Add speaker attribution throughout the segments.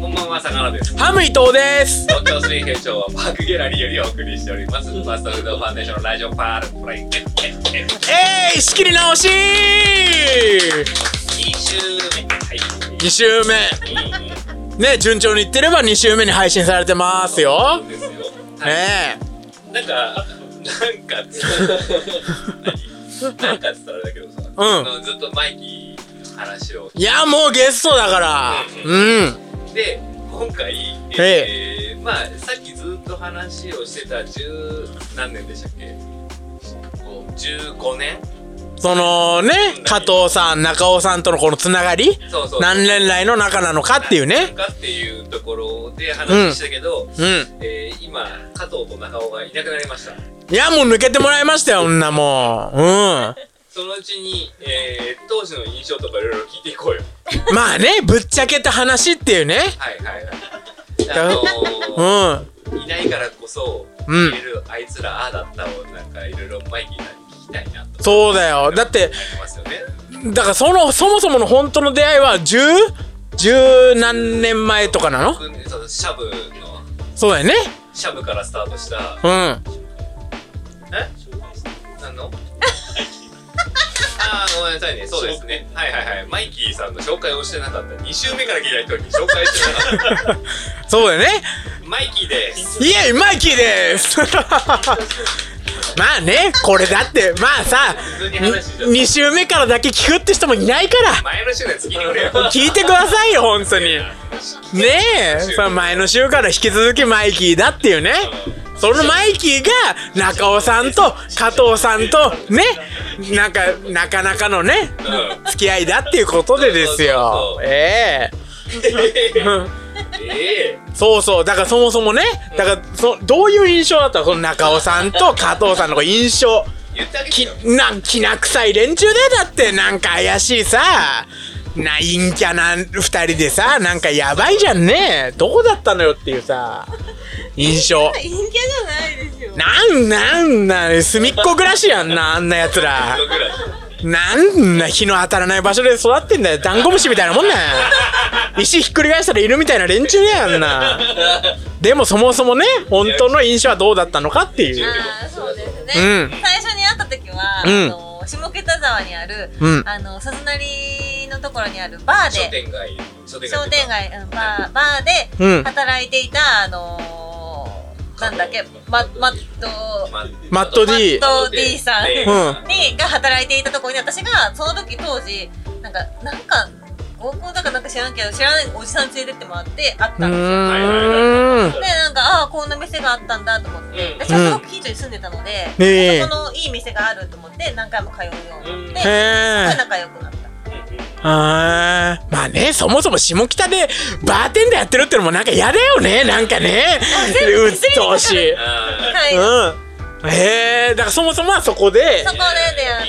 Speaker 1: こんばんは、さかなです。
Speaker 2: ハム伊藤です。
Speaker 1: 東京水平町はパークギャラリーよりお送りしております。ファーストフードファンデーションのラジオパールフライ。
Speaker 2: えい、仕切り直し。
Speaker 1: 2週目に入って、
Speaker 2: 二週目。ね、順調にいってれば、二週目に配信されてますよ
Speaker 1: そう。ですよ。はい、
Speaker 2: ね
Speaker 1: なんか、なんかつ、何なんかっつったらあれだけどさ、あのずっとマイキーの話を聞い
Speaker 2: え。いや、もうゲストだから。うん。
Speaker 1: で今回、えー、まあさっきずっと話をしてた十何年でしたっけこう15年
Speaker 2: そのね、加藤さん、中尾さんとのこのつながり。
Speaker 1: そうそう
Speaker 2: 何年来の仲なのかっていうね。
Speaker 1: かっていうところで話したけど、
Speaker 2: うん。
Speaker 1: えー今加藤と中尾がいなくなりました
Speaker 2: いや、もう抜けてもらいましたよ、女もう。うん。
Speaker 1: そのうちに、えー当時の印象とかいろいろ聞いていこうよ
Speaker 2: まあね、ぶっちゃけた話っていうね。
Speaker 1: はいはいはい
Speaker 2: だう
Speaker 1: あ
Speaker 2: ん。
Speaker 1: のーいないからこそ言
Speaker 2: うん
Speaker 1: える、あいつらああだったをなんかいろいろマイキーさんに聞きたいなと
Speaker 2: そうだよ。だって、
Speaker 1: 思いますよね
Speaker 2: だからそのそもそもの本当の出会いは十十何年前とかなの
Speaker 1: 僕ねそのシャブの
Speaker 2: そうだよね
Speaker 1: シャブからスタートした
Speaker 2: うん
Speaker 1: え何の ああごめんなさいねそうですねはいはいはいマイキーさんの紹介をしてなかった2週目から聞いた人に紹介して なかっ
Speaker 2: そうだよね
Speaker 1: たマイキーです
Speaker 2: イエイマイキーです まあねこれだってまあさ
Speaker 1: 普通に話しちゃった
Speaker 2: 2週目からだけ聞くって人もいないから
Speaker 1: 前の週のやつ聞いてくれ よ
Speaker 2: 聞いてくださいよ本当にねえその前の週から引き続きマイキーだっていうねそのマイキーが中尾さんと加藤さんとねなんかなかなかのね
Speaker 1: うん
Speaker 2: 付き合いだっていうことでです
Speaker 1: そうそう
Speaker 2: よ
Speaker 1: そう
Speaker 2: ええ
Speaker 1: ええ
Speaker 2: そうそうだからそもそもねだからそどういう印象だったのこの中尾さんと加藤さんのこう印象
Speaker 1: 言ってあげて
Speaker 2: き
Speaker 1: よ
Speaker 2: なんきな臭い連中でだってなんか怪しいさな陰キャな2人でさなんかやばいじゃんねどこだったのよっていうさ印象
Speaker 3: 陰キャじゃないですよ。
Speaker 2: なんなんなん隅っこ暮らしやんなあんなやつら
Speaker 1: 僕ら
Speaker 2: なんな日の当たらない場所で育ってんだよダンゴムシみたいなもんなんや石ひっくり返したら犬みたいな連中やんなでもそもそもね本当の印象はどうだったのかっていう
Speaker 3: ああ、そうです
Speaker 2: う
Speaker 3: ね。
Speaker 2: ん
Speaker 3: 最初に会った時は、
Speaker 2: うん
Speaker 3: あの下北沢にある、
Speaker 2: うん
Speaker 3: あのさずなりのところにあるバ
Speaker 1: 商
Speaker 3: ーで
Speaker 1: 店街商店街
Speaker 3: 商店街うんバーバー
Speaker 2: うん
Speaker 3: で働いていた、あのーなんだっけママット
Speaker 1: マッ
Speaker 2: マット D
Speaker 3: マット D さん
Speaker 1: ええ
Speaker 2: うん
Speaker 3: にが働いていたところに私がその時当時なんかなんか合コンだかなんか知らんけど知らないおじさん連れてってもらって会っ
Speaker 2: う
Speaker 3: たんですよ。
Speaker 2: ーん
Speaker 3: で、なんか、ああー、こんな店があったんだと思って
Speaker 1: う、ん
Speaker 3: 私はすごく近所に住んでたので、
Speaker 2: ええ
Speaker 3: そこのいい店があると思って、何回も通うようになって、
Speaker 2: へ
Speaker 3: すごい
Speaker 2: え
Speaker 3: 仲良くなった。
Speaker 2: あーまあねそもそも下北でバーテンダーやってるってのもなんか嫌だよねなんかね
Speaker 3: 全
Speaker 2: う
Speaker 3: 部
Speaker 2: っとうしい
Speaker 1: あ
Speaker 3: はい。
Speaker 2: うんへえだからそもそもはそこで
Speaker 3: そこで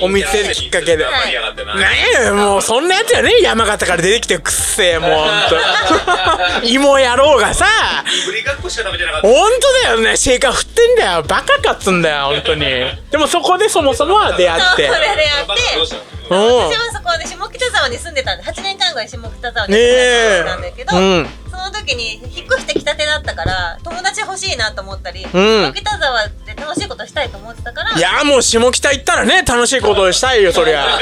Speaker 3: 出会
Speaker 1: ー
Speaker 2: お店できっかけで
Speaker 1: 頑張りやがってな
Speaker 2: ねえもうそんなやつよね山形から出てきてくっせえもうほん と芋野郎がさ
Speaker 1: ぶりがっこしか食べてなかった
Speaker 2: ほんとだよねシェイカー振ってんだよバカかっつんだよほんとにでもそこでそもそもは出会って
Speaker 3: そうそれでやって
Speaker 1: バカどうしたの
Speaker 2: う
Speaker 3: 私はそこで下北沢に住んでたんで、8年間ぐらい下北沢に住んでたんだけど、
Speaker 2: ねえ
Speaker 3: その時に引っ越してきたてだったから、友達欲しいなと思ったり、下北沢で楽しいことしたいと思ってたから、
Speaker 2: んいやもう下北行ったらね楽しいことをしたいよそりゃう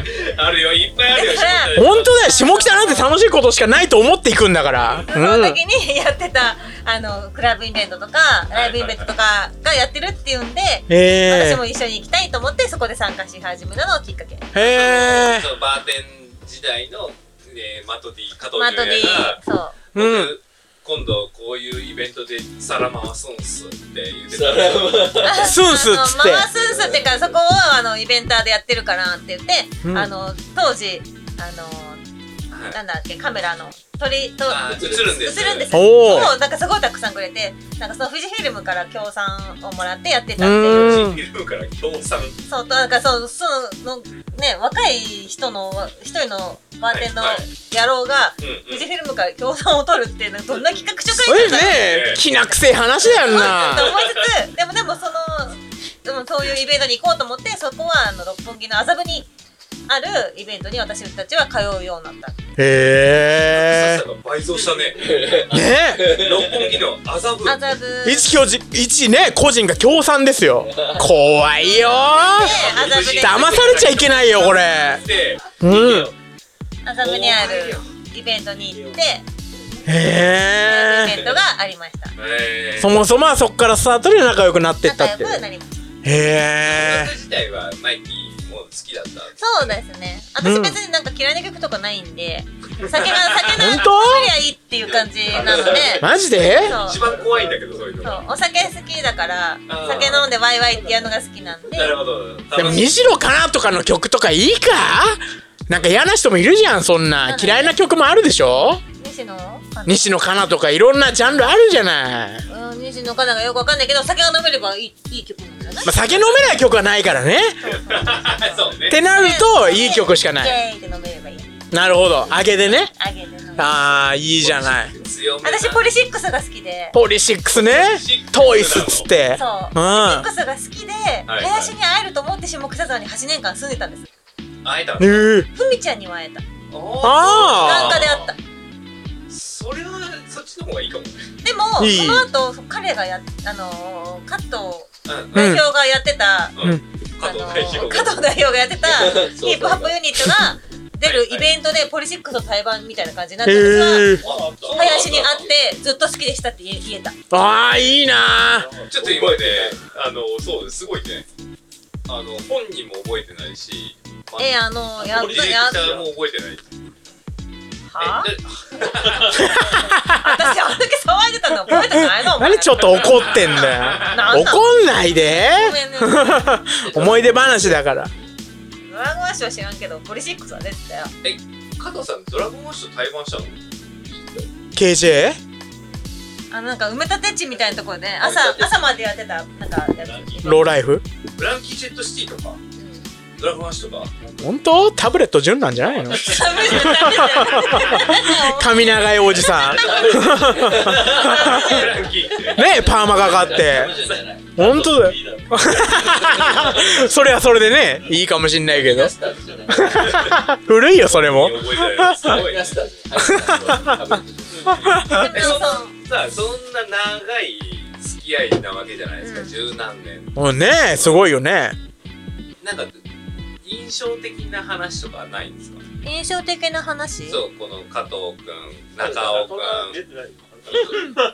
Speaker 1: あるよいっぱいあるよ
Speaker 3: だから
Speaker 2: んほんとだよ下北なんて楽しいことしかないと思っていくんだから
Speaker 3: その
Speaker 2: うん
Speaker 3: 時にやってた、あの、クラブイベントとか、ライブイベントとかがやってるっていうんで、
Speaker 2: へ
Speaker 3: 私も一緒に行きたいと思ってそこで参加し始めたのをきっかけ。
Speaker 2: えへえ
Speaker 1: そのバーテン時代の、えーマット D 加藤
Speaker 3: マート
Speaker 1: 優
Speaker 3: デ
Speaker 1: 也が
Speaker 3: ィ、そう。
Speaker 1: 僕
Speaker 2: うん
Speaker 1: 今度こういうイベントで皿回すんすって言ってた
Speaker 2: スンスっつって
Speaker 3: あのまあ、スンスってか、そこをあのイベンターでやってるからって言って、
Speaker 2: うん
Speaker 3: あの、当時、あの、なんだっけ、カメラの鳥と
Speaker 1: あー映るんです
Speaker 3: 映るんです
Speaker 2: おー
Speaker 3: もうなんかすごいたくさんくれてなんかそのフジフィルムから協賛をもらってやってたっていう
Speaker 2: う
Speaker 1: フ
Speaker 2: ん
Speaker 1: ジフィルムから協賛
Speaker 3: そうとなんかそうそののね若い人の一人のバーテンの
Speaker 1: はい
Speaker 3: 野郎が
Speaker 1: うんうん
Speaker 3: フジフィルムから協賛を取るってなんかどんな企画書
Speaker 2: そ
Speaker 3: かい
Speaker 2: れ
Speaker 3: てた
Speaker 2: ね
Speaker 3: の
Speaker 2: えきな臭い話だよ
Speaker 3: と
Speaker 2: な
Speaker 3: 思いつつでもでもそのでもそういうイベントに行こうと思ってそこはあの六本木の麻布にあるイベントに私たちは通うようになった
Speaker 2: へ
Speaker 1: そしたら倍増したね
Speaker 2: えね
Speaker 1: 六本木の麻布
Speaker 3: 麻布
Speaker 2: え一教授一ね個人が協賛ですよ怖いよ
Speaker 3: 麻布で
Speaker 2: 騙されちゃいけないよこれ
Speaker 1: で
Speaker 2: うん
Speaker 3: 麻布にあるイベントに行ってイ
Speaker 2: へ
Speaker 3: ベン
Speaker 2: え
Speaker 3: トがありました
Speaker 1: えー
Speaker 2: そもそもはそっからスタートで仲良くなってった
Speaker 3: 仲
Speaker 2: っ
Speaker 3: 良
Speaker 2: て
Speaker 3: くなりました
Speaker 2: へえ
Speaker 1: 僕自体はマイキーも好きだった
Speaker 3: そうですね私別になんか嫌いな曲とかないんで、酒が酒が
Speaker 2: 本当
Speaker 3: りゃいいっていう感じなので
Speaker 2: マジで
Speaker 1: 一
Speaker 3: そう
Speaker 1: 番怖いんだけどそういうの
Speaker 3: そう
Speaker 1: が
Speaker 3: お酒好きだから
Speaker 1: ー
Speaker 3: 酒飲んでワイワイってやるのが好きなんで
Speaker 1: なるほど
Speaker 2: でも
Speaker 1: 楽しい
Speaker 2: 西野かなとかの曲とかいいかなんか嫌な人もいるじゃんそんな嫌いな曲もあるでしょ
Speaker 3: 西野かな
Speaker 2: 西野かなとかいろんなジャンルあるじゃない、
Speaker 3: うん西野かながよくわかんないけど酒が飲めればいいいい曲なんじゃない
Speaker 2: まあ、酒飲めない曲はないからね
Speaker 1: そうね
Speaker 2: ってなるといい曲しかな
Speaker 3: イ
Speaker 2: い
Speaker 3: エーイって飲めればいい
Speaker 2: なるほど上げでね
Speaker 3: あげて飲む
Speaker 2: あーいいじゃない
Speaker 1: 強めな
Speaker 3: 私ポリシックスが好きで
Speaker 2: ポリシックスねトイスっつって
Speaker 3: そう、
Speaker 2: う
Speaker 3: ポリシッ
Speaker 2: ん
Speaker 3: クスが好きで、
Speaker 1: はい
Speaker 3: 林に会えると思って下北沢に8年間住んでたんです
Speaker 1: 会えたの
Speaker 2: えー、
Speaker 3: ふみちゃんには会えた
Speaker 2: あ
Speaker 3: なんかで会った
Speaker 1: それはそっちの方がいいかもね
Speaker 3: でも、
Speaker 2: いい
Speaker 3: その後彼がやあのー加藤
Speaker 1: うん
Speaker 3: 代表がやってた、
Speaker 1: うん
Speaker 2: うん
Speaker 1: 加
Speaker 3: あの
Speaker 1: 藤
Speaker 3: ー
Speaker 1: 大丈夫
Speaker 3: 加藤代表がやってた
Speaker 1: そう
Speaker 3: ヒップホップユニットが出るイベントでポリシックスの対バンみたいな感じになっ
Speaker 2: え
Speaker 3: てるから、
Speaker 2: ー、
Speaker 3: 林に会ってずっと好きでしたって言え言えた
Speaker 2: あーいいな
Speaker 1: ちょっと今ね、あの、そう、すごいね。あの、本人も覚えてないし、まあ
Speaker 3: えあのーや
Speaker 1: オ
Speaker 3: っと
Speaker 1: リジネ
Speaker 3: やっ
Speaker 1: ーも覚えてない。
Speaker 3: は
Speaker 1: え
Speaker 3: 私あんだけ騒いでたの覚えてないのお 前
Speaker 2: 何ちょっと怒ってんだよ
Speaker 3: んなの
Speaker 2: 怒んないで
Speaker 3: ごめんね
Speaker 2: 思い出話だから
Speaker 3: ドラゴンアッシュは知らんけどポリシックスは出てたよ
Speaker 1: な加藤さん、ドラゴンアッシュと対バンしたの
Speaker 2: KJ?
Speaker 3: あのなんか埋め立て地みたいなところで朝朝までやってたなんかやつ
Speaker 2: ローライフ
Speaker 1: ブランキー・ジェット・シティとか、ドラゴンアッシュ とか、
Speaker 2: 本当タブレット順なんじゃないの
Speaker 3: 寒いじゃん寒いじゃん
Speaker 2: 髪長いおじさん
Speaker 1: ブラン キーって。
Speaker 2: ねえパーマかかって本当だよ それはそれでねいいかもしんないけど 古いよそれも
Speaker 1: 覚えてない。すごいね。え、
Speaker 3: で
Speaker 1: そん
Speaker 3: もその
Speaker 1: な、さ、そんな長い付き合いなわけじゃないですか、十何年。
Speaker 2: もうねえすごいよね
Speaker 1: なんか、印象的な話とかないんですか
Speaker 3: 印象的な話
Speaker 1: そう、この加藤くん、中尾くん。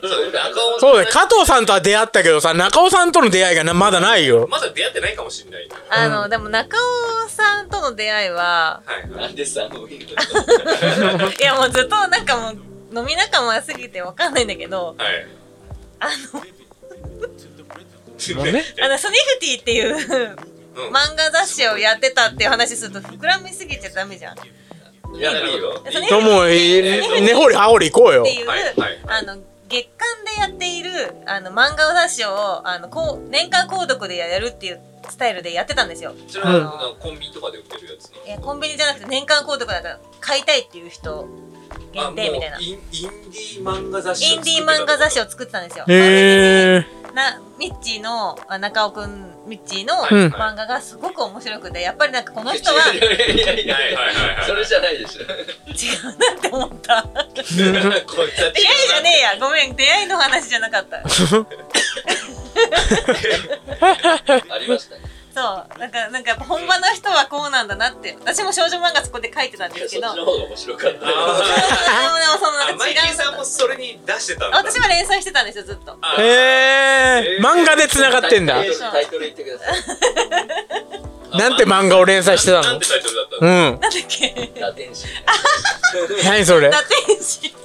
Speaker 1: そう、中尾
Speaker 2: そうだよ加藤さんとは出会ったけどさ中尾さんとの出会いがなまだないよ
Speaker 1: まだ出会ってないかもしれないね。
Speaker 3: あのでも中尾さんとの出会いは
Speaker 1: は いはい。
Speaker 4: なんでさ、もういいの
Speaker 3: いやもうずっとなんかもう飲み仲間すぎてわかんないんだけど
Speaker 1: はい。
Speaker 3: あの
Speaker 2: もうね
Speaker 3: あのソニフティってい
Speaker 1: う
Speaker 3: う
Speaker 1: ん
Speaker 3: 漫画雑誌をやってたっていう話すると膨らみすぎちゃダメじゃん。
Speaker 1: いや、なるほど。
Speaker 3: ソニ
Speaker 2: どうもえ根掘り葉掘り行こうよ
Speaker 3: っていう、
Speaker 1: はいはい
Speaker 3: あの月間でやっているあの漫画雑誌をあのこう年間購読でやるっていうスタイルでやってたんですよ。
Speaker 1: それは、コンビニとかで売ってるやつ
Speaker 3: えーコンビニじゃなくて年間購読だから買いたいっていう人
Speaker 1: の。あ、も
Speaker 3: 限
Speaker 1: う、
Speaker 3: 定みたいな。イン
Speaker 1: インインディー漫画雑誌。
Speaker 3: ディー漫画雑誌を。作ってたんですよ。
Speaker 2: へえ
Speaker 3: なミッチーのあ中尾くんミッチーの
Speaker 2: うん
Speaker 3: 漫画がすごく面白くてやっぱりなんかこの人は
Speaker 4: いやいやいや
Speaker 1: はいはいはいはい
Speaker 4: それじゃないでしょ。
Speaker 3: 違うなって思 った。
Speaker 1: こいつは
Speaker 3: 出会いじゃねえやごめん出会いの話じゃなかったそう
Speaker 4: ありましたね。
Speaker 3: なんかなんかやっぱ本場の人はこうなんだなって私も少女漫画そこで書いてたんで
Speaker 4: そ
Speaker 3: すけ
Speaker 4: っち
Speaker 3: ど
Speaker 4: の方が面白かったよ。
Speaker 1: あ
Speaker 3: でもでもその
Speaker 1: ー
Speaker 3: な
Speaker 1: あ
Speaker 3: んか
Speaker 1: マ
Speaker 3: 違
Speaker 1: イ
Speaker 3: う
Speaker 1: キーさんもそれに出してたんだ。
Speaker 3: 私は連載してたんですよずっと
Speaker 1: あー
Speaker 2: へえ漫画で繋がってんだ
Speaker 4: タイトルタイトル言ってください。
Speaker 2: なんて漫画を連載してた
Speaker 1: なん
Speaker 2: の
Speaker 1: てタイトルだった
Speaker 2: う
Speaker 1: の
Speaker 2: ん
Speaker 3: なんだっけ
Speaker 4: ラテンシ
Speaker 2: 何それ
Speaker 3: ラテンシ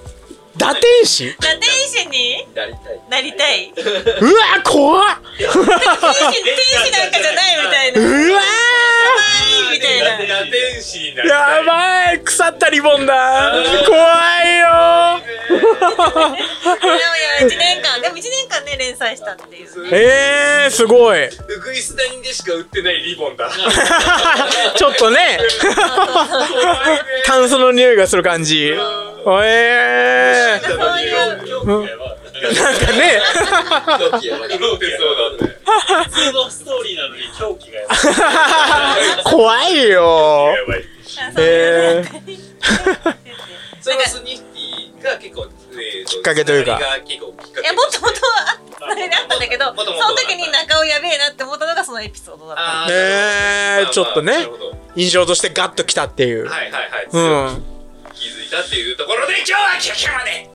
Speaker 2: 堕天使
Speaker 3: ラテンシに
Speaker 4: なりたい。
Speaker 3: なりたい天使
Speaker 2: うわ怖っ
Speaker 3: 天使なんかじゃないみたいうな可
Speaker 2: わ
Speaker 3: 愛いみたいな
Speaker 1: ラテンシーにな
Speaker 2: ー
Speaker 1: りたい
Speaker 2: やばい腐ったリボンだ怖いよ
Speaker 3: や1年間でも1年間ね連載したっていうね
Speaker 2: えー、すごい。
Speaker 1: ウグイスダニでしか売ってないリボンだ。
Speaker 2: ちょっとね、炭素の匂いがする感じ。えー、
Speaker 3: そういう
Speaker 1: ういう。
Speaker 2: なんか ね、
Speaker 4: 狂気やばい
Speaker 1: ローテそうだね。
Speaker 5: 普通のストーリーなのに狂気がやばい
Speaker 2: 怖いよ。
Speaker 1: やばい。
Speaker 2: え
Speaker 1: そのスニッキーが結構、えー
Speaker 2: きっかけというか
Speaker 1: つながりが結構きっかけ
Speaker 3: いやもともとあったんだけど
Speaker 1: もともと
Speaker 3: そ
Speaker 1: あった
Speaker 3: の時に中尾やべえなって思ったのがそのエピソードだった
Speaker 1: あ
Speaker 2: ー
Speaker 1: ー
Speaker 2: ねーちょっとね
Speaker 1: なるほど
Speaker 2: ー、印象としてガッときたっていう。
Speaker 1: はいはいはい。
Speaker 2: うん。
Speaker 1: 気づいたっていうところで今日はキュキュまで